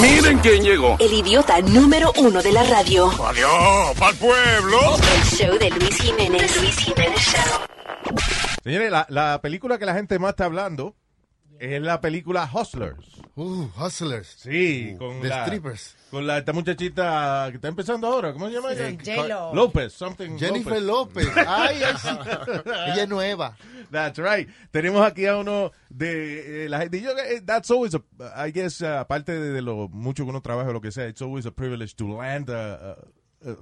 Miren quién llegó. El idiota número uno de la radio. Adiós, pa'l pueblo. El show de Luis Jiménez. Luis Jiménez Show. Señores, la, la película que la gente más está hablando es la película Hustlers. Uh, Uh, Hustlers. Mm. Sí, con The la, Strippers. con la esta muchachita que está empezando ahora. ¿Cómo se llama ella? J-Lo. López, something. Jennifer López. López. Ay, ay, sí. Ella es nueva. That's right. Tenemos aquí a uno de eh, la gente. Yo, eh, that's always, a, I guess, uh, aparte de, de lo mucho que uno trabaja o lo que sea, it's always a privilege to land a, a- a-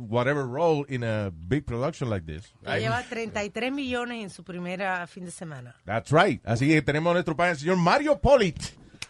whatever role in a big production like this. Ella lleva 33 millones en su primera fin de semana. That's right. Así que tenemos a nuestro padre, el señor Mario Polit.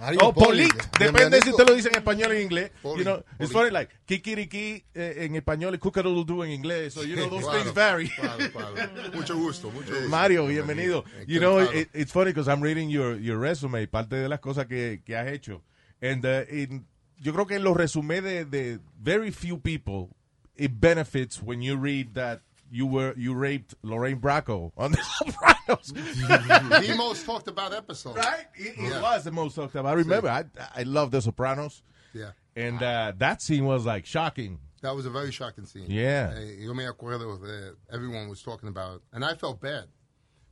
Mario o Polit. eh, Polit, depende Bienvenido. si usted lo dice en español o en inglés. You Polit, know, it's Polit. funny, like, kikiriki eh, en español y cucadoodle en inglés. So, you know, those things vary. Claro, claro. Mucho gusto, mucho gusto. Eh, Eh, Mario, bienvenido. You know, eh, Encantado. it- it's funny because I'm reading your, your resume, parte de las cosas que, que has hecho. And uh, in- yo creo que lo resumé de, de very few people, it benefits when you read that you were you raped Lorraine Bracco on The Sopranos. the most talked about episode. eh, right? It, it Yeah. was the most talked about. I remember, I, I love The Sopranos. Yeah. And uh, that scene was like shocking. That was a very shocking scene. Yeah. Eh, yo me acuerdo that everyone was talking about, it. and I felt bad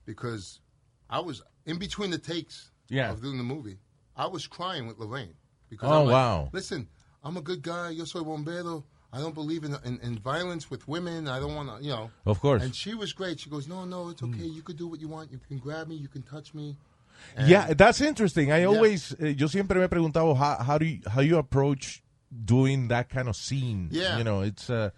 because I was in between the takes Yeah. of doing the movie. I was crying with Lorraine because Oh, I'm like, wow. Listen, I'm a good guy. Yo soy bombero. I don't believe in in, in violence with women. I don't want to, you know. Of course. Hmm. And she was great. She goes, no, no, it's okay. You could do what you want. You can grab me. You can touch me. Yeah, that's interesting. I always, eh, yo siempre me he preguntado how, how do you, how you approach doing that kind of scene. Yeah. you know, it's. Uh,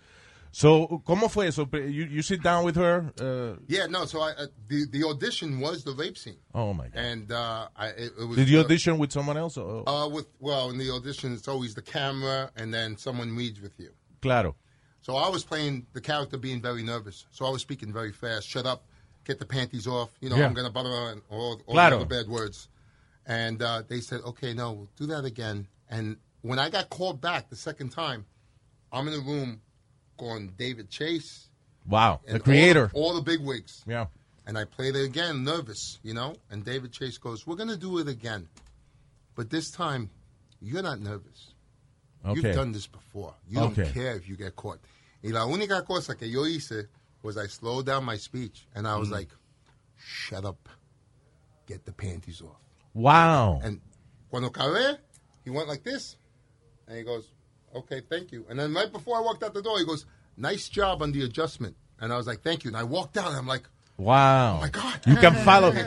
so, ¿cómo fue eso? You, you sit down with her. Uh, Yeah, no. So I, uh, the the audition was the rape scene, oh my god! and uh, I it, it was. Did you uh, audition with someone else? Oh, or- Uh, with well, in the audition, it's always the camera, and then someone reads with you. claro. So I was playing the character being very nervous. So I was speaking very fast. Shut up, get the panties off. You know, Yeah. I'm gonna blah blah, blah, and all, all Claro. the other bad words. And uh, they said, okay, no, we'll do that again. And when I got called back the second time, I'm in the room going David Chase, Wow, and the creator. all, all the big wigs. yeah. And I played it again, nervous, you know? And David Chase goes, We're going to do it again. But this time, you're not nervous. Okay. You've done this before. You Okay. don't care if you get caught. Y la única cosa que yo hice was I slowed down my speech and I was Mm. like, Shut up. Get the panties off. Wow. And cuando acabé, he went like this. And he goes, Okay, thank you. And then right before I walked out the door, he goes, Nice job on the adjustment. And I was like, Thank you. And I walked out and I'm like, wow. Oh my God. You can follow me.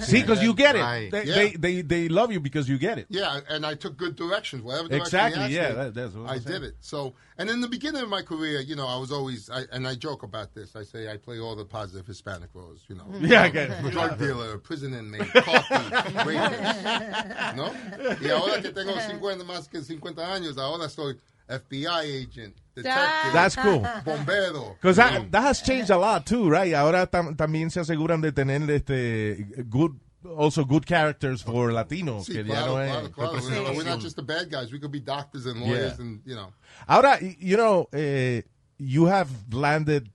See, because you get it. Right. They, Yeah. they, they, they love you because you get it. Yeah, and I took good directions. Whatever direction Exactly, He asked yeah, me, that- that's what I I'm saying. did it. So, and in the beginning of my career, you know, I was always, I, and I joke about this. I say I play all the positive Hispanic roles. You know, Yeah, I get it. drug dealer, prison inmate, coffee, rapist. No, y ahora que tengo 50 más que 50 años, ahora soy FBI agent, detective, That's cool. bombero. Because you know. that, that has changed a lot too, right? Ahora tam- también se aseguran de tener este good, also good characters for latinos. Sí, que ya claro, no es claro, claro. You know, We're representación. not just the bad guys. We could be doctors and lawyers, Yeah. and you know. Ahora, y- you know, eh, you have landed,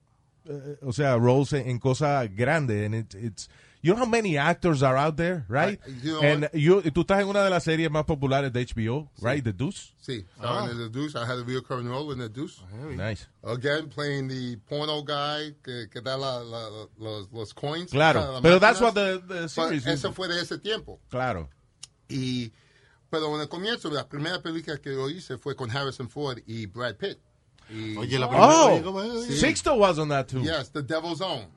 eh, o sea, roles en, en cosa grande, and it- it's, you know how many actors are out there, right? I- you know and what? you, tú estás en una de las series más populares de HBO, right? The Deuce. See, Ah. starring in the Deuce. I had a recurring role in the Deuce. Oh, Nice. Again, playing the porno guy que, que da la, la- la- los, los coins. Claro. Pero Pero that's what the, the series is. Eso fue de ese tiempo. Claro. Y, pero en el comienzo, la primera película que yo hice fue con Harrison Ford y Brad Pitt. Y, Oye, la primera. oye, ¿cómo Oh, es? Sixto was on that too. Yes, The Devil's Own.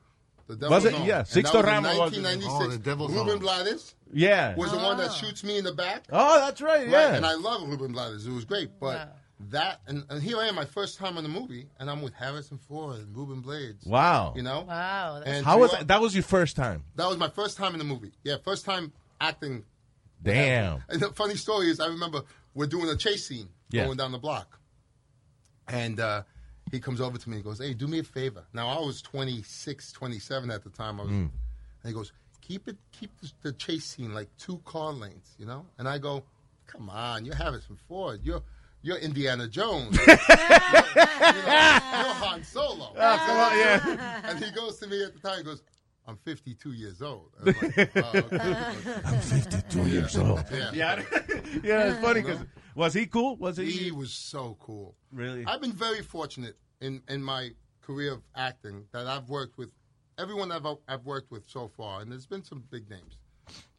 The Devil's Was it? Own. Yeah, And Sixto that was Ramos was- In Oh, The 1996. Devil's Ruben Own. Blades Yeah. was the one that shoots me in the back. Oh, that's right. Yeah. Right, and I love Ruben Blades. It was great, but that and, and here I am, my first time in the movie, and I'm with Harrison Ford and Ruben Blades. wow. You know, Wow. that's- and How to was all- that? was your first time. That was my first time in the movie. Yeah, first time acting. Damn. And the funny story is, I remember we're doing a chase scene Yeah. going down the block, and uh, he comes over to me and goes, "Hey, do me a favor." Now I was 26, 27 at the time. I was, Mm. and he goes, "Keep it, keep the, the chase scene like two car lanes, you know." And I go, "Come on, you're Harrison Ford. You're you're Indiana Jones. you're, you know, you're Han Solo." Ah, Come on, yeah. And he goes to me at the time, he goes, I'm 52 years old. I was like, oh, okay. I'm 52 years old. yeah. Yeah, yeah it's funny because was he cool? Was he, He was so cool. really? I've been very fortunate in, in my career of acting that I've worked with everyone I've, I've worked with so far, and there's been some big names.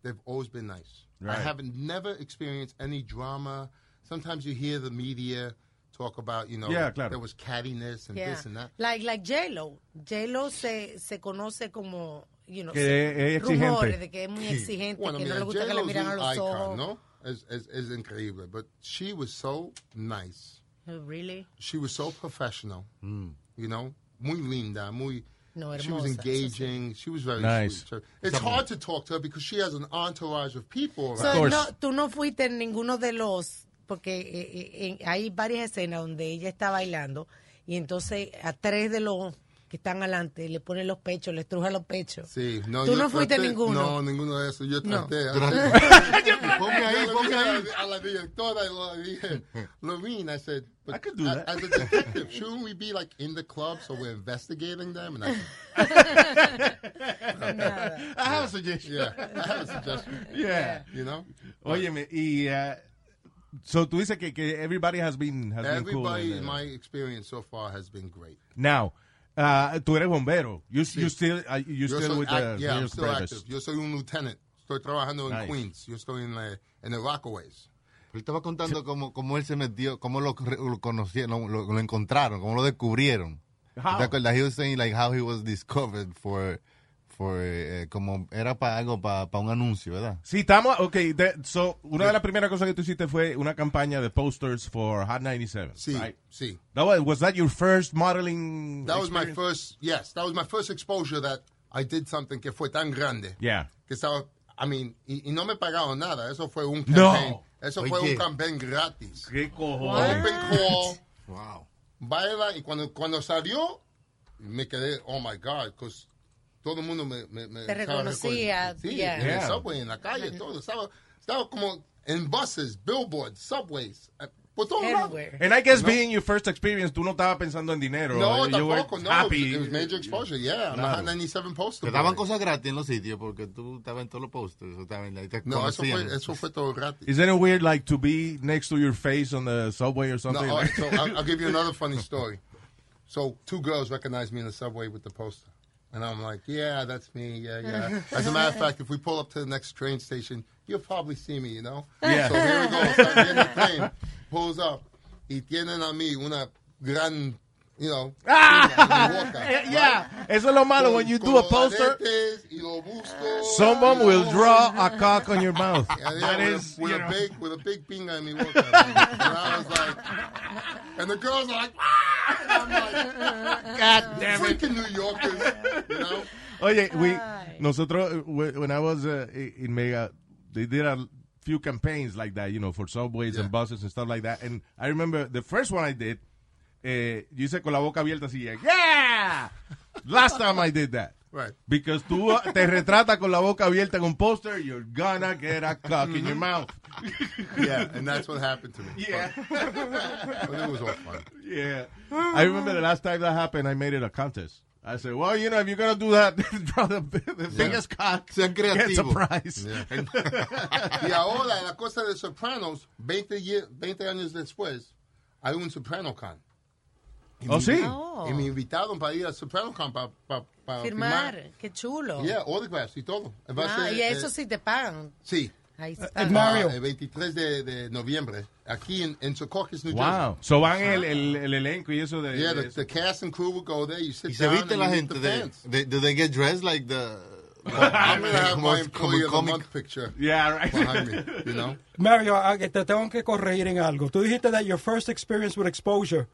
They've always been nice. Right. I haven't never experienced any drama. Sometimes you hear the media talk about, you know, Yeah, claro. there was cattiness and this and that. Like, like J-Lo. J-Lo se, se conoce como, you know, Que se- es exigente. rumores de que es muy exigente, Bueno, que no mira, le gusta que le J-Lo's miran a un los icon, ojos. ¿no? Es, es, es increíble. But she was so nice. Oh, Really? she was so professional. Mm. You know, muy linda, muy. No, she was hermosa, eso sí. engaging. She was very Nice. sweet. So It's hard to talk to her because she has an entourage of people. So, around. course. no, tú no fuiste en ninguno de los, porque eh, eh, en- hay varias escenas donde ella está bailando y entonces a tres de los que están adelante le ponen los pechos, le estruja los pechos. Sí, no, Tú yo no fuiste traté- ninguno. No, ninguno de esos. Yo No. traté. Ponme ahí, ponme ahí. A la directora, le dije, Lorene, I said, but I could do a- that. As a detective, shouldn't we be like in the club so we're investigating them? And I said, I have a suggestion. yeah, I have a suggestion. yeah. You know? Óyeme, y uh, so tú dices que, que everybody has been has been cool. Everybody and, in uh, my experience so far has been great. Now, uh, tú eres bombero. You you still uh, you Yo still soy with ac- the yeah, I'm New York still Brothers. active. Yo soy un lieutenant. Estoy trabajando en Nice. Queens. Yo estoy en, la, en el Rockaways. Él estaba contando cómo, cómo él se metió, cómo lo, re- lo conocieron, lo, lo encontraron, cómo lo descubrieron. How? ¿Te acuerdas? He was saying like how he was discovered for, for eh, como era para algo, para un anuncio, ¿verdad? Sí, estamos. Ok, de- so, una de las primeras cosas que tú hiciste fue una campaña de posters for Hot 97. Sí, right? sí. That was, was that your first modeling? That was my experience? first, yes, that was my first exposure that I did something que fue tan grande. Yeah. Que estaba, I mean, y, y no me pagaron nada. Eso fue un No. campaign. Eso fue Oye. un campaign gratis. ¿Qué cojones? Open call, Wow. baila, y cuando, cuando salió, me quedé, oh my God, because todo el mundo me, me, me Te estaba reconocía, reconociendo. Sí, yeah. en el Yeah. subway, en la calle, todo. Estaba, estaba como en buses, billboards, subways, eh, por todos lados. Everywhere. And I guess being your first experience, tú no estabas pensando en dinero. No, you were tampoco, no. Happy. It was major exposure, yeah. I'm a Claro. Hot 97 poster. Te eh, daban boy. cosas gratis en los sitios porque tú estabas en todos los posters. o estabas en la- te No, eso conocían. fue, eso fue todo gratis. Isn't it weird, like, to be next to your face on the subway or No, something? all right, Like- so I'll, I'll give you another funny story. So two girls recognized me in the subway with the poster, and I'm like, "Yeah, that's me. Yeah, yeah." As a matter of fact, if we pull up to the next train station, you'll probably see me. You know? Yeah. So here we go. So I'm in the train pulls up. Y tienen a mí una gran, you know. Eh, Ah! yeah. Eso es lo malo. When you do a poster, someone someone will draw a cock on your mouth. And yeah, That with, is, a, with you a know. big with a big ping on me walking. and I was like, and the girls are like, "Ah!" And God I'm damn like, it. freaking New Yorkers, you know. Oye, we, nosotros, uh, whe- when I was uh, i- in Mega, they did a few campaigns like that, you know, for subways Yeah. and buses and stuff like that. And I remember the first one I did, eh, yo hice con la boca abierta así, like, yeah! Last time I did that. Right. Because tú uh, te retratas con la boca abierta en un poster, you're gonna get a cock in your mouth. Yeah, and that's what happened to me. Yeah. But it was all fun. Yeah. I remember the last time that happened, I made it a contest. I said, well, you know, if you're going to do that, draw the, the biggest cock. Sean Gets a creativos. prize. Y ahora la cosa de Sopranos, 20 ye- 20 años después, hay un Soprano Con. Oh, sí. Oh, Y me invitaron para ir a Soprano Con para firmar, qué chulo. Yeah, autographs y todo. Va a Ah, ser, y a eso eh, sí te pagan. sí. Ahí está. Ah, el 23 de, de noviembre, aquí en, en Secaucus, New Wow. So van el, el, el elenco y eso de. Jersey. Yeah, de the, the cast and crew will go there. You sit Y se down viste and la you meet gente. the De, fans. de, do they get dressed like the. I'm going to have como- my como employee of the cómic. month picture yeah, right. behind me, you know? Mario, ah, que te tengo que corregir en algo. Tú dijiste that your first experience with exposure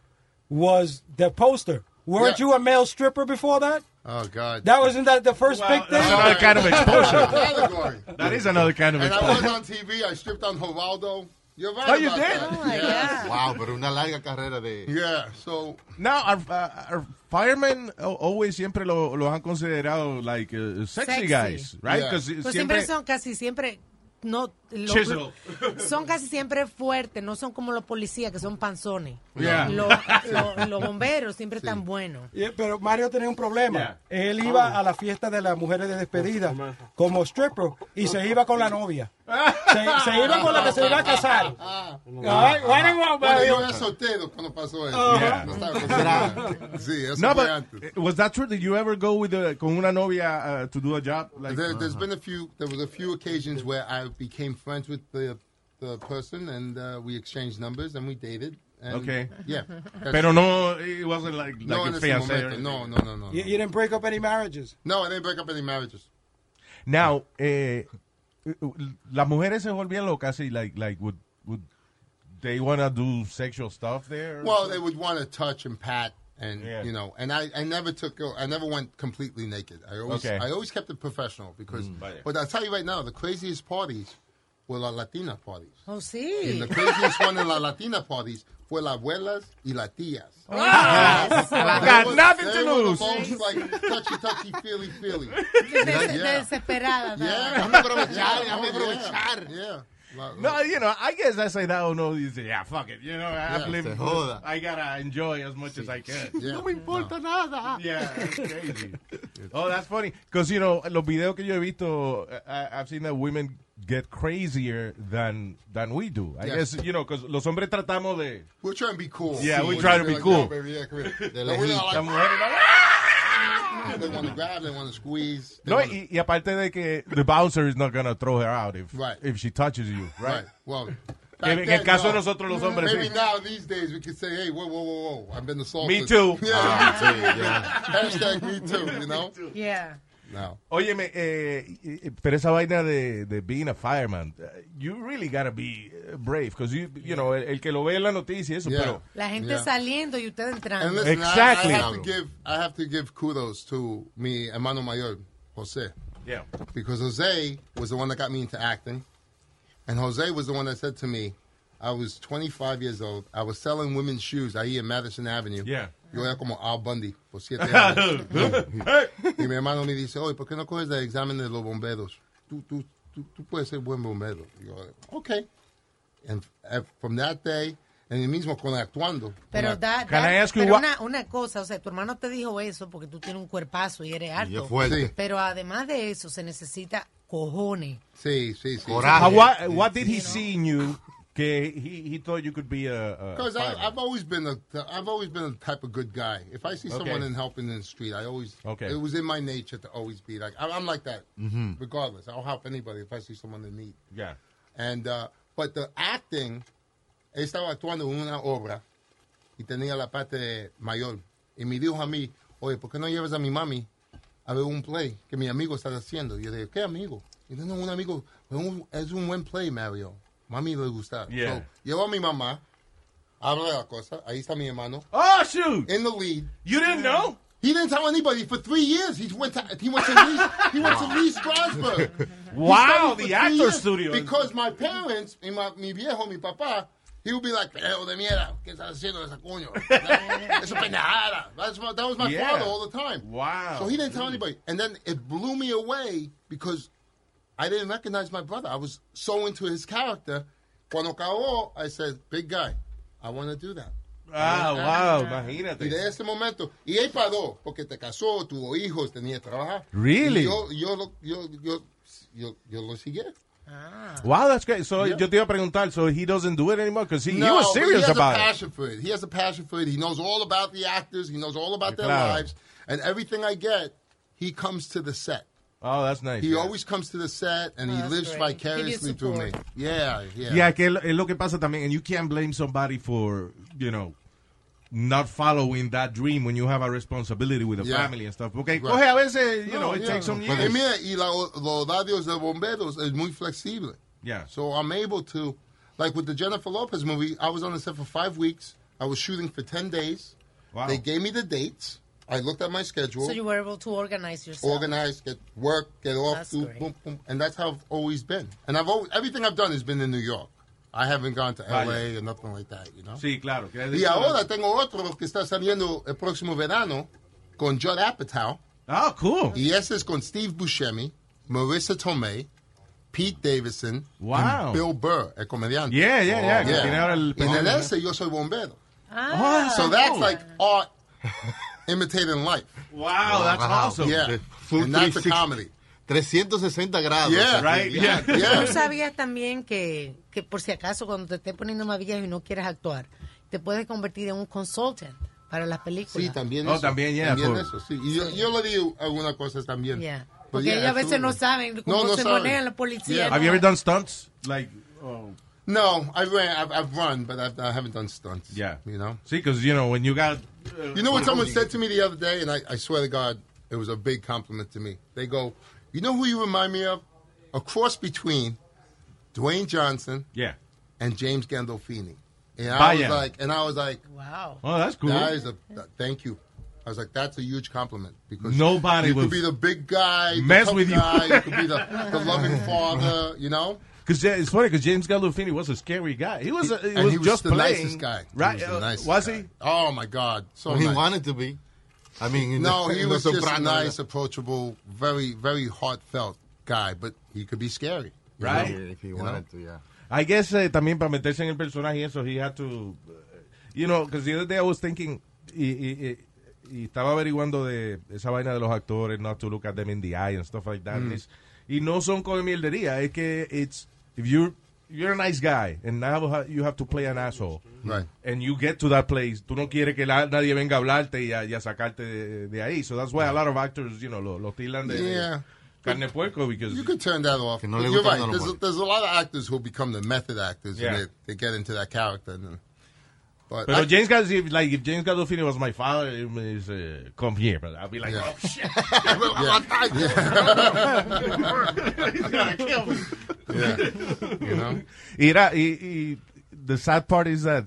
was the poster. Weren't Yeah. you a male stripper before that? Oh, God. That wasn't that the first Well, big thing? that's another kind of exposure. category. that is another kind of And I was exposure. on TV. I stripped on Geraldo. You're right Oh, you about did? that. Oh, my yeah. God. Wow, pero una larga carrera de. Yeah, so, Now, are, uh, are firemen al- always siempre lo, los han considerado like uh, sexy, Sexy. guys, right? Yeah. Because Pues siempre son, casi siempre, no, los- Chisel. son casi siempre fuertes, no son como los policías que son panzones. Yeah. Los, los- los bomberos siempre están buenos. Yeah, pero Mario tenía un problema. Él iba a la fiesta de las mujeres de despedida como stripper y se iba con la novia. Se, se iba con la que se iba a casar. Ay, bueno, bueno, Bueno, yo Mario. era soltero cuando pasó eso. Ajá. No estaba casado. Sí, eso Oh. No, fue but eh, antes. was that true? Did you ever go with the, con una novia uh, to do a job? Like, uh-huh. There, there's been a few. There was a few occasions where I became friends with the the person, and uh, we exchanged numbers, and we dated. And Okay. Yeah. That's- pero no, it wasn't like, like no, a en ese fiancé or momento. anything. no, no, no, no. You, no. you didn't break up any marriages. No, I didn't break up any marriages. Now, eh, las mujeres se volvían locas y like, like would, would they want to do sexual stuff there? Well, they would want to touch and pat, and Yeah. you know, and I, I never took, I never went completely naked. I always, Okay. Mm. I always kept it professional because. Vaya. But I'll tell you right now, the craziest parties were la Latina parties. Oh, And sí. the craziest one in la Latina parties were la abuelas y las tías. I They Ah, got were- nothing they to were the lose. most, like touchy, touchy, feely, feely. Des- Yeah. Yeah, Desesperada. ¿verdad? I'm aprovechar, I'm aprovechar. Yeah. La- No, you know, I guess I say that or no, you say, yeah, fuck it. You know, I, Yeah, I'm living, se joda. I gotta enjoy as much as I can. yeah, No me importa nada. Yeah, that's crazy. oh, that's funny. Because, you know, los videos que yo he visto, I, I've seen that women get crazier than than we do. I Yes. guess, you know, because los hombres tratamos de... We're trying to be cool. Yeah, we're We're trying to be like, cool. "Yo, baby, yeah, come here." De No, we're not lejito. like, las mujeres, no, They want to grab, they want to squeeze. they No, wanna- y, y aparte de que the bouncer is not gonna throw her out if, Right. if she touches you, right? right. Well, back En, en el then, caso no. de nosotros los hombres, Maybe sí. now these days we could say, hey, whoa, whoa, whoa, whoa, I've been assaulted. Me too. Yeah, Ah, me sí, too. Hashtag me too, you know? Yeah. No. Óyeme, eh, eh, pero esa vaina de, de being a fireman, eh, you really gotta be eh, brave, because you, you know, el, el que lo ve en la noticia y eso, Yeah. pero... La gente Yeah. saliendo y usted And entrando. listen, Exactly. I, I have to give I have to give kudos to me hermano mayor Jose Yeah. because Jose was the one that got me into acting, and Jose was the one that said to me, I was 25 years old, I was selling women's shoes out here in Madison Avenue. Yeah. Yo era como Al Bundy por siete años. y mi hermano me dice, oye, ¿por qué no coges el examen de los bomberos? Tú, tú, tú, tú puedes ser buen bombero. Y yo, okay. And uh, from that day, and el mismo con actuando. Pero, con act- da, Can da- I ask you pero wha- una, una cosa, o sea, tu hermano te dijo eso porque tú tienes un cuerpazo y eres Y es alto. fuerte. Pero además de eso, se necesita cojones. Sí, sí, sí. Coraje. How, what, what did he see in you que he, he thought you could be a... a Because fireman? I've always been a, I've always been a type of good guy. If I see someone Okay. in helping in the street, I always, Okay. it was in my nature to always be like, I, I'm like that, regardless. I'll help anybody if I see someone in need. Yeah. And uh, but the acting, él estaba actuando en una obra y tenía la parte mayor y me dijo a mí, oye, ¿por qué no llevas a mi mami a ver un play que mi amigo está haciendo? Y yo dije, ¿qué amigo? Y yo, no, un amigo, un- es un buen play, Mario. Mami le gusta. Yeah. So, llevo a mi mamá, hablo de la cosa, ahí está mi hermano, Oh, shoot! in the lead. You didn't know? He didn't tell anybody for three years. He went to he went to Lee, he went to Lee Strasberg. Wow, For the three actor years, studio. Because my parents, y ma, mi viejo, mi papá, he would be like, "Pendejo de mierda, ¿qué estás haciendo esa coño? Eso pendejada. That's what, that was my Yeah. father all the time. Wow. So he didn't tell anybody. And then it blew me away because I didn't recognize my brother. I was so into his character. Cuando acabó, I said, big guy, I want to do that. Ah, wow, Y de imagínate. ese momento, y él paró, porque te casó, tuvo hijos, tenía trabajo. Really? Y Yo, yo, lo- yo, yo, yo, yo lo seguí. Wow, that's great. So Yeah. yo te iba a preguntar, so he doesn't do it anymore because he, he No, was but serious he has about a it. passion for it. He has a passion for it. He knows all about the actors. He knows all about their Claro. lives. And everything I get, he comes to the set. Oh, that's nice. He yeah. always comes to the set, and he that's lives great. vicariously Give you through me. support. Yeah, yeah. Yeah, que es lo que pasa también. And you can't blame somebody for, you know, not following that dream when you have a responsibility with a Yeah. family and stuff. Porque Right. coge a veces, you know, it Oh, yeah. takes some years. But- Y mira, y la, los horarios de bomberos es muy flexible. Yeah. So I'm able to, like with the Jennifer Lopez movie, I was on the set for five weeks. I was shooting for 10 days. Wow. They gave me the dates. I looked at my schedule, So you were able to organize yourself. organized, get work, get off, That's do, great. boom, boom. And that's how I've always been. And I've always, everything I've done has been in New York. I haven't gone to Right. LA or nothing like that, you know? Sí, claro. que- Y ahora tengo otro que está saliendo el próximo verano con Judd Apatow. Oh, cool. Y ese es con Steve Buscemi, Marissa Tomei, Pete Davidson, Wow. and Bill Burr, el comediante. Oh, Yeah, yeah, yeah. que Yeah. tiene ahora el En el pelo. ese yo soy bombero. Ah, So that's like art imitating life. wow, that's awesome. Yeah. Full And that's a 360. comedy. 360 grados. Yeah. Right, yeah. Yeah. Tú sabías también que, que por si acaso cuando te estés poniendo más viejo y no quieras actuar, te puedes convertir en un consultant para las películas. Sí, también Oh, eso. también, yeah, por- eso, sí. Y yo, yo le digo algunas cosas también. Yeah. But Porque Pues yeah, ellos a veces no absolutely. saben No, cómo no se saben. manejan la policía. Yeah. Have you ever done stunts? Like, oh, No, I ran, I've, I've run, but I've, I haven't done stunts. yeah. You know? See, because, you know, when you got... uh, You know what someone said to me the other day, and I, I swear to God, it was a big compliment to me. They go, You know who you remind me of? A cross between Dwayne Johnson Yeah. and James Gandolfini. And I was Vaya. like, and I was like, Wow. Oh, that's cool. that is a th- thank you. I was like, that's a huge compliment because Nobody you could would be the big guy, the mess tough with you. guy, you could be the, the loving father, you know. Because it's funny because James Gandolfini was a scary guy. He was, a, he and was he was just the playing, nicest guy. He right? was the uh, nicest was guy. he? Oh my God, so He nice. wanted to be. I mean, in No, the- he in the was just a Soprano, nice, approachable, very, very heartfelt guy, but he could be scary. you yeah. Right. If he wanted to, yeah. I guess eh, también para meterse en el personaje y eso, he had to, eh, you know, because the other day I was thinking, y, y- y- y estaba averiguando de esa vaina de los actores, not to look at them in the eye and stuff like that. Mm. It's- y no son con mierdería, es que it's, if you're, you're a nice guy and now ha- you have to play an asshole. Right. And you get to that place. Tú no quieres que la- nadie venga a hablarte y a, y a sacarte de, de ahí. So that's why a lot of actors, you know, lo, lo tilan de Yeah. carne puerco. Because, You could turn that off. Que no but le you're gusta right. no lo There's a, pone. there's a lot of actors who become the method actors, Yeah. and they, they get into that character. And, then- but Pero I- James Gandolfini, like, if James Gandolfini was my father, he would say, come here. But I'd be like, Yeah. oh, shit. you know, Y era- y, y the sad part is that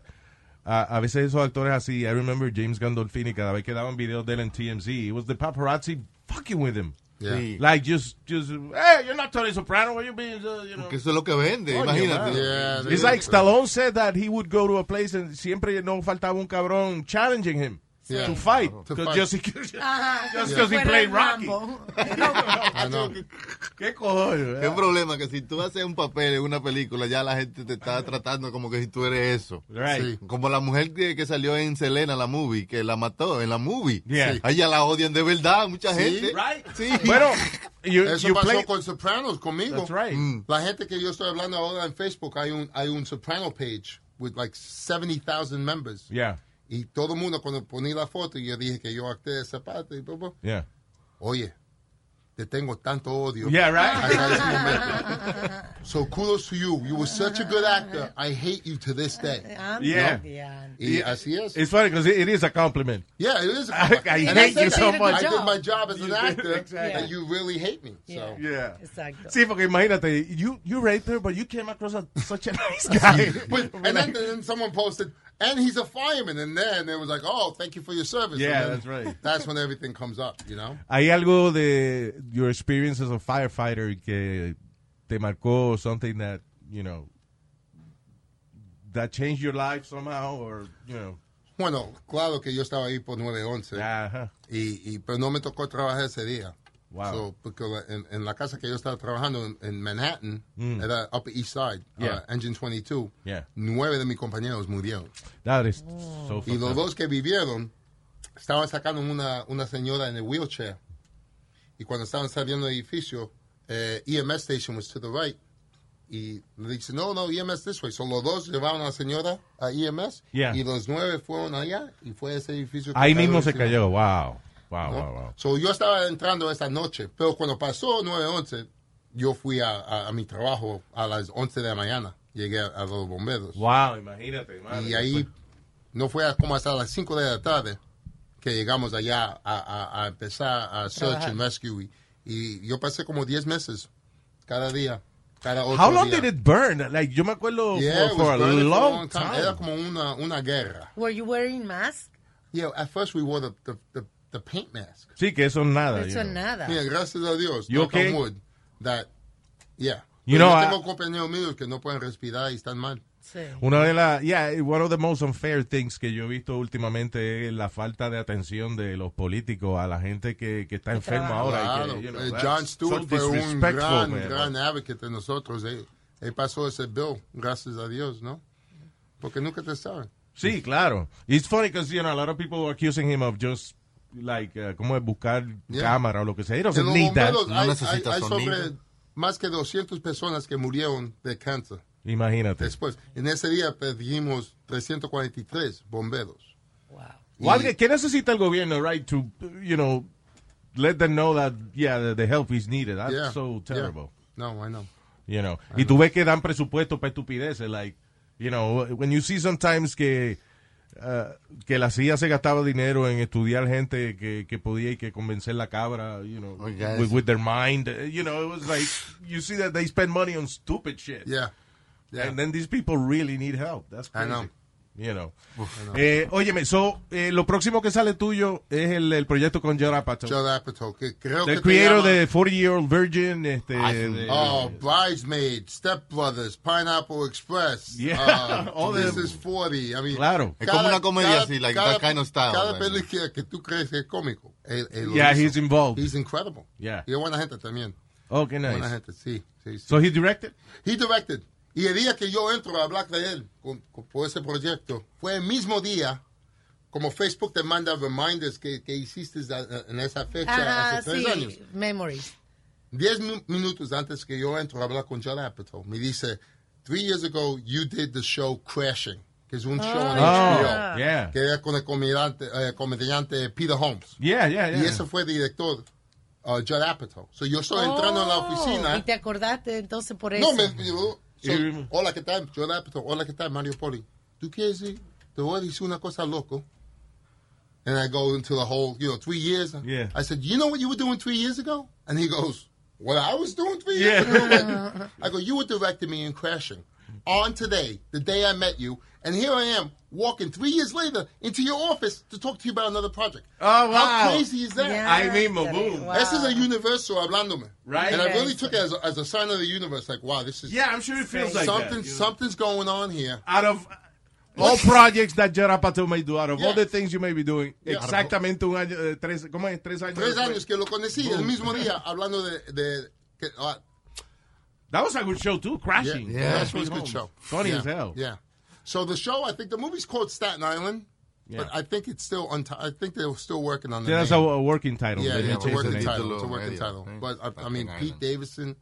uh, a veces esos actores así, I remember James Gandolfini, cada vez que daban videos de él en TMZ, it was the paparazzi fucking with him. yeah. Sí. Like, just, just, hey, you're not Tony Soprano, what you being, uh, you know. Que eso es lo que vende, Coño, imagínate. mano. Yeah, It's like Stallone said that he would go to a place and siempre no faltaba un cabrón challenging him Yeah. to fight. To 'Cause fight. Just, just Ajá, si because he fuera played el Rocky. Rambo. I know. ¿Qué cojones? El problema que si tú haces un papel en una película, ya la gente te está tratando como que si tú eres eso. Right. Sí. Como la mujer que, que salió en Selena, la movie, que la mató en la movie. Yeah. A ella la odian de verdad, mucha gente. Right. Sí. Bueno, you, Eso you pasó play. con Sopranos conmigo. That's right. Mm. La gente que yo estoy hablando ahora en Facebook, hay un, hay un Soprano page with like 70,000 members. Yeah, Y todo el mundo cuando poní la foto, yo dije que yo acté esa parte. Y blah, blah. yeah. Oye, te tengo tanto odio. Yeah, right? Hasta ese momento. So kudos to you. You were such a good actor. I hate you to this day. Ando, Yeah. diantre. Y así es. It's funny because it, it is a compliment. Yeah, it is. A I- I And hate said you so that. much. I did my job as an You did, actor, exactly. and you really hate me. So. Yeah. Exacto. Sí, porque imagínate, you, you raped her, but you came across as such a nice guy. But, and then, and then someone posted, and he's a fireman. And then it was like, oh, thank you for your service. Yeah, And then that's right. That's when everything comes up, you know? ¿Hay algo de your experience as a firefighter que te marcó something that, you know, that changed your life somehow or, you know? Bueno, claro que yo estaba ahí por eh. 9-11. Ajá. Y, y, pero no me tocó trabajar ese día. Wow. So, porque la- en, en la casa que yo estaba trabajando en, en Manhattan, era Upper East Side, Mm. Yeah. uh, Engine 22, Yeah. nueve de mis compañeros murieron. That is so Y fucked los up. dos que vivieron, estaban sacando una, una señora en el wheelchair. Y cuando estaban saliendo del edificio, eh, EMS station was to the right. Y le dice, no, no, EMS this way. So los dos llevaron a la señora a EMS. Yeah. Y los nueve fueron allá y fue ese edificio. que Ahí cayó mismo se encima. cayó. Wow. Wow, ¿no? wow, wow. So, yo estaba entrando esa noche, pero cuando pasó 9-11, yo fui a, a- a mi trabajo a las 11 de la mañana. Llegué a, a los bomberos. Wow, imagínate. madre. Y ahí no fue a- como hasta las 5 de la tarde que llegamos allá a, a- a empezar a search and rescue. Y, y yo pasé como 10 meses cada día. Cada otro How long día. did it burn? Like, yo me acuerdo for, Yeah, it for was a burning for a long long time. time. Era como una, una guerra. Were you wearing mask? Yeah, at first we wore the, the, the, the paint mask. Sí, que eso es nada. you Eso es know. nada. Mira, gracias a Dios. You knock on okay? wood, that, yeah. You Pero know, yo I- tengo compañeros míos que no pueden respirar y están mal. Sí. Una de las, yeah, one of the most unfair things que yo he visto últimamente es la falta de atención de los políticos a la gente que, que está enferma ahora. y Claro. que, you know, Eh, that's John so Stewart fue un disrespectful, gran, man. gran advocate de nosotros. Él, él pasó ese bill, gracias a Dios, ¿no? Porque nunca te saben. Sí, claro. It's funny because, you know, a lot of people are accusing him of just, like, uh, como es buscar Yeah. cámara o lo que sea. He En doesn't los need that. bomberos No hay, hay, necesitas hay sobre sonido. más que 200 personas que murieron de cáncer. Imagínate. Después, en ese día perdimos 343 bomberos. O alguien- ¿Qué necesita el gobierno, right, to, you know, let them know that, yeah, the, the help is needed? That's Yeah, so yeah. terrible. No, I know. You know. Y tú ves que dan presupuesto para estupideces, like, you know, when you see sometimes que uh, que la CIA se gastaba dinero en estudiar gente que, que podía y que convencer la cabra, you Oh, know, Oiga, eso. with, with their mind, uh, you know, it was like, you see that they spend money on stupid shit. Yeah. Yeah. And then these people really need help. That's I crazy. know. You know. Eh, óyeme, so, eh, lo próximo que sale tuyo es el, el proyecto con Judd Apatow. Judd Apatow, que creo que El te creador llama- de 40 Year Old Virgin, este... de- Oh, Bridesmaid, Step Brothers, Pineapple Express. Yeah, uh, all this them. is 40. I mean, Claro. Es como una comedia así, like that kind of style, Cada like- película que tú crees que es cómico. Él, él lo Yeah, hizo. he's involved. Oh, He's incredible. Yeah. Y es buena gente también. Oh, qué Buena nice. gente, sí. sí, sí. So he directed? He directed. Y el día que yo entro a hablar de él con, con- por ese proyecto, fue el mismo día como Facebook te manda reminders que, que hiciste a- en esa fecha Ajá, hace tres años. sí, memories. Diez mi- minutos antes que yo entro a hablar con Judd Apatow, me dice, three years ago you did the show Crashing, que es un show en Ah. Oh, HBO, yeah. que era con el comediante, eh, comediante Peter Holmes. Yeah, yeah, yeah. Y ese fue director uh, Judd Apatow. So yo estoy entrando a la Oh, oficina. Y te acordaste entonces por eso. No, me yo- so, Y- hola, ¿qué tal? Yo la- hola, ¿qué tal? Mario Poli. ¿Tú quieres decir? Te voy a decir una cosa loco. And I go into the whole, you know, three years. Yeah. I said, you know what you were doing three years ago? And he goes, what I was doing three Yeah. years ago? I go, you were directing me in Crashing on today, the day I met you. And here I am walking three years later into your office to talk to you about another project. Oh, wow. How crazy is that? Yeah. Ahí mismo, Ah, boom. wow. This is a universal hablándome. Right. And I Yeah, really it's took it as a, as a sign of the universe. Like, wow, this is Yeah, I'm sure it feels like something. that. something's going on here. Out of all projects that Judd Apatow may do, out of all Yeah. the things you may be doing, Yeah. exactamente un año, eh, tres, ¿cómo es? Tres años. Tres después. años que lo conocí el mismo día hablando de, de que, ah, That was a good show too, yeah, Crashing. yeah, that was a good Holmes. show. Funny yeah. as hell. Yeah. So the show, I think the movie's called Staten Island, Yeah. but I think it's still on. I think they're still working on the Yeah, that's a, name. a working title. yeah, They didn't yeah, it's a change the working name. title. It's a working already, title. right? But I, I Staten mean, Pete Island. Davison,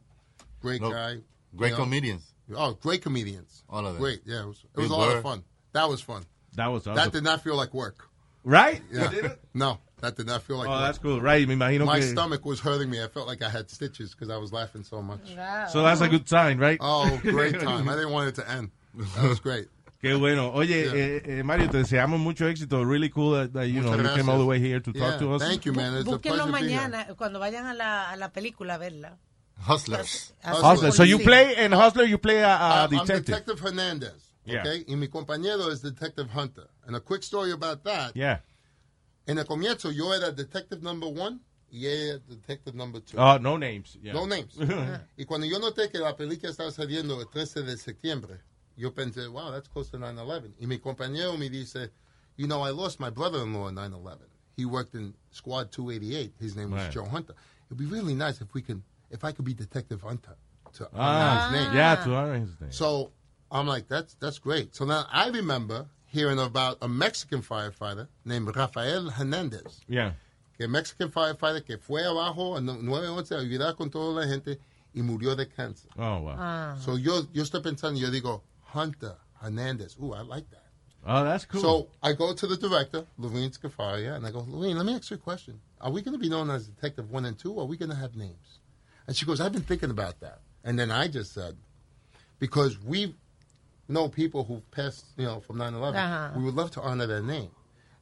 great No, guy, Great you know. comedians. Oh, great comedians. All of them. Great. Yeah, it was, it was a Bill lot Burr. of fun. That was fun. That was awesome. That did not feel like work. right? Yeah. You did it? No, that did not feel like Oh, work. that's cool. Right, me imagino My que... stomach was hurting me. I felt like I had stitches because I was laughing so much. Wow. So that's a good sign, right? Oh, great time. I didn't want it to end. That was great. Qué bueno. Oye, Yeah. eh, eh, Mario, te deseamos mucho éxito. Really cool that, that, you know, Muchas you came gracias. all the way here to Yeah, talk to us. Thank you, man. It's a Búsquenlo pleasure being here. mañana cuando vayan a la, a la película a verla. Hustlers. A su Hustler. So you policía. play, in Hustler, you play a, a Oh. Uh, I'm Ah, detective. Detective Hernandez. Yeah. Okay? Y mi compañero is Detective Hunter. And a quick story about that. Yeah. En el comienzo, yo era Detective Number One y ella era Detective Number Two. Oh, no names. Yeah. No names. y cuando yo noté que la película estaba saliendo el 13 de septiembre, yo pensé, wow, that's close to 9-11. Y mi compañero me dice, you know, I lost my brother-in-law in 9-11. He worked in Squad 288. His name was Right. Joe Hunter. It'd be really nice if we can, if I could be Detective Hunter to honor Ah, his name. yeah, to honor his name. So I'm like, that's that's great. So now I remember hearing about a Mexican firefighter named Rafael Hernandez yeah. que Mexican firefighter que fue abajo en 911 a ayudar con toda la gente y murió de cáncer. Oh, wow. Ah. So yo, yo estoy pensando, yo digo, Hunter Hernandez. Ooh, I like that. oh, that's cool. So I go to the director, Lorene Scafaria, and I go, Lorene, let me ask you a question. Are we going to be known as Detective 1 and 2, or are we going to have names? And she goes, I've been thinking about that. And then I just said, because we know people who've passed, you know, from 9 11, Uh-huh. Oh, we would love to honor their name.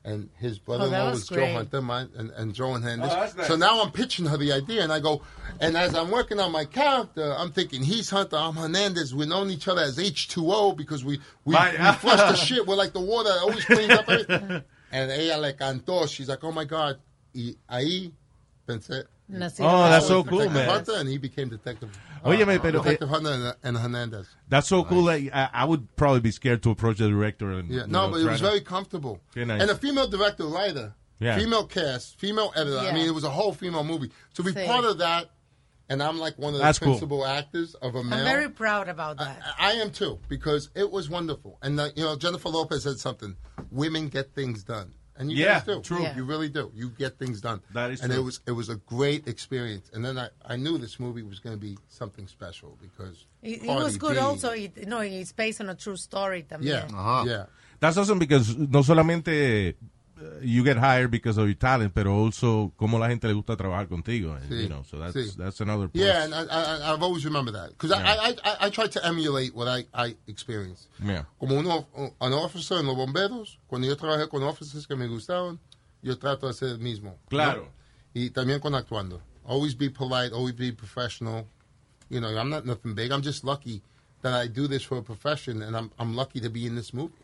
And his brother in that law was was, Joe great. Hunter mine, and, and Joe and Hernandez. Oh, that's nice. So now I'm pitching her the idea, and I go, and as I'm working on my character, I'm thinking, he's Hunter, I'm Hernandez. We've known each other as H2O because we, we, Right. we flush the shit. We're like the water that always cleans up everything. and ella le cantó. She's like, oh my God. Y ahí pensé, Nacieron Oh, that's ahí. so was cool, Detective man. Hunter, and he became Detective. Oye, uh, man, pero- eh, Detective Hunter and, and Hernandez. That's so cool. Like, I, I would probably be scared to approach the director. And, Yeah, you no, know, but it try was to- very comfortable. Very nice. And a female director, writer, Yeah. female cast, female editor. I Yeah. mean, it was a whole female movie. To be Sí. part of that, and I'm like one of the That's cool. principal actors of a male. I'm very proud about that. Ah, I I am too because it was wonderful. And uh, you know, Jennifer Lopez said something: women get things done, and you Yeah, guys do. true. Yeah. You really do. You get things done. That is And true. it was it was a great experience. And then I, I knew this movie was going to be something special because It, it oh, Cardi was good B- also. It, no, it's based on a true story Yeah, también. Uh-huh. Ajá. yeah. That's awesome because no solamente uh, you get hired because of your talent, pero also como la gente le gusta trabajar contigo. and, Sí, You know, so that's, sí. that's another plus. Yeah, and I, I, I've always remembered that because I, I, I, I tried to emulate what I, I experienced. Yeah. Como un, of- an officer en los bomberos, cuando yo trabajé con officers que me gustaban, yo trato de hacer el mismo. ¿no? Claro. Y también con actuando. Always be polite, always be professional. You know, I'm not nothing big. I'm just lucky that I do this for a profession, and I'm, I'm lucky to be in this movie.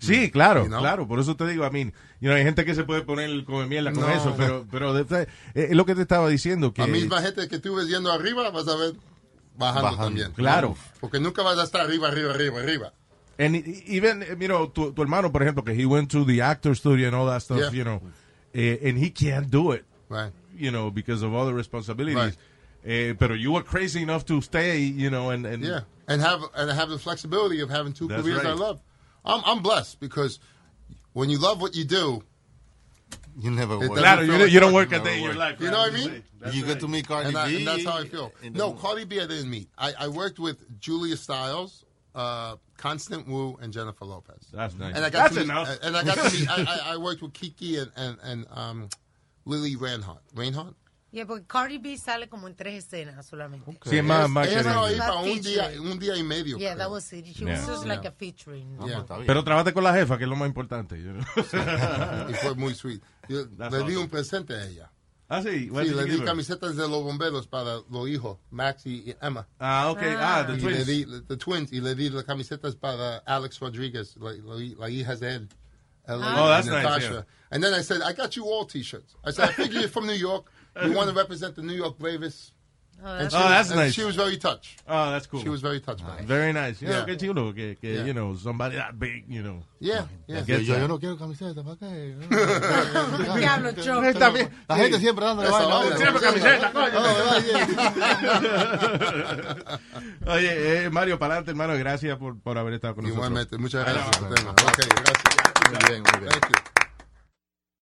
Sí, claro, You know? claro. Por eso te digo, I mean, you know, hay gente que se puede poner como mierda con No. eso, pero, pero de- eh, es lo que te estaba diciendo. Que, La misma gente que tú ves yendo arriba, vas a ver bajando, Bajando, también. claro. Porque nunca vas a estar arriba, arriba, arriba, arriba. And even, eh, you know, tu, tu hermano, por ejemplo, que he went to the actor studio and all that stuff, Yeah. you know, eh, and he can't do it, Right. you know, because of all the responsibilities. Right. Eh, pero you were crazy enough to stay, you know, and, and Yeah, and have and have the flexibility of having two That's careers I right. love. I'm I'm blessed because when you love what you do, You never It work. doesn't- claro, you, don't- you don't work a Never day in your work. life. You right? know what I mean? That's you right. get to meet Cardi and, I, B. and that's how I feel. in the No, movie. Cardi B, I didn't meet. I, I worked with Julia Stiles, uh, Constant Wu, and Jennifer Lopez. That's nice. And I got That's to meet- enough. And I got to meet. I, I, I worked with Kiki and and, and um, Lily Reinhart. Reinhart. Yeah, porque Cardi B sale como en tres escenas solamente. Sí, es más, más Ella que- estaba ahí That para un día, feature. un día y medio. Yeah, that creo. was it. She Yeah. was just Yeah. like a featuring. No, pues, está bien. Pero trabaste con la jefa, que es lo más importante. you know. Y fue muy sweet. Yo That's le di awesome. un presente a ella. ah, sí. what Sí, did le you di give her? camisetas de los bomberos para los hijos, Max y y Emma. Ah, ok. Ah, the Y le twins. di, the twins, y le di las camisetas para Alex Rodriguez, la, la, la hija de él. Ella y Oh, that's nice, yeah. And then I said, I got you all t-shirts. I said, I figure you're from New York. You want to represent the New York Braves. Oh, And that's she Oh, was- that's and nice. She was very touched. Ah, that's cool. She was very touched by it. Very nice. You know, Yeah. qué chulo que, que Yeah. you know, somebody that big, you know. Yeah, yeah. Yo, Get yo, that. yo no quiero camiseta, ¿para qué? Diablo, Choco. Está bien. La gente siempre dando Esa vaina. Siempre camiseta, Oye, eh, Mario, para adelante, hermano, gracias por, por haber estado con nosotros. Igualmente, muchas gracias. Tena. Ok, gracias. Muy bien, muy bien. Thank you.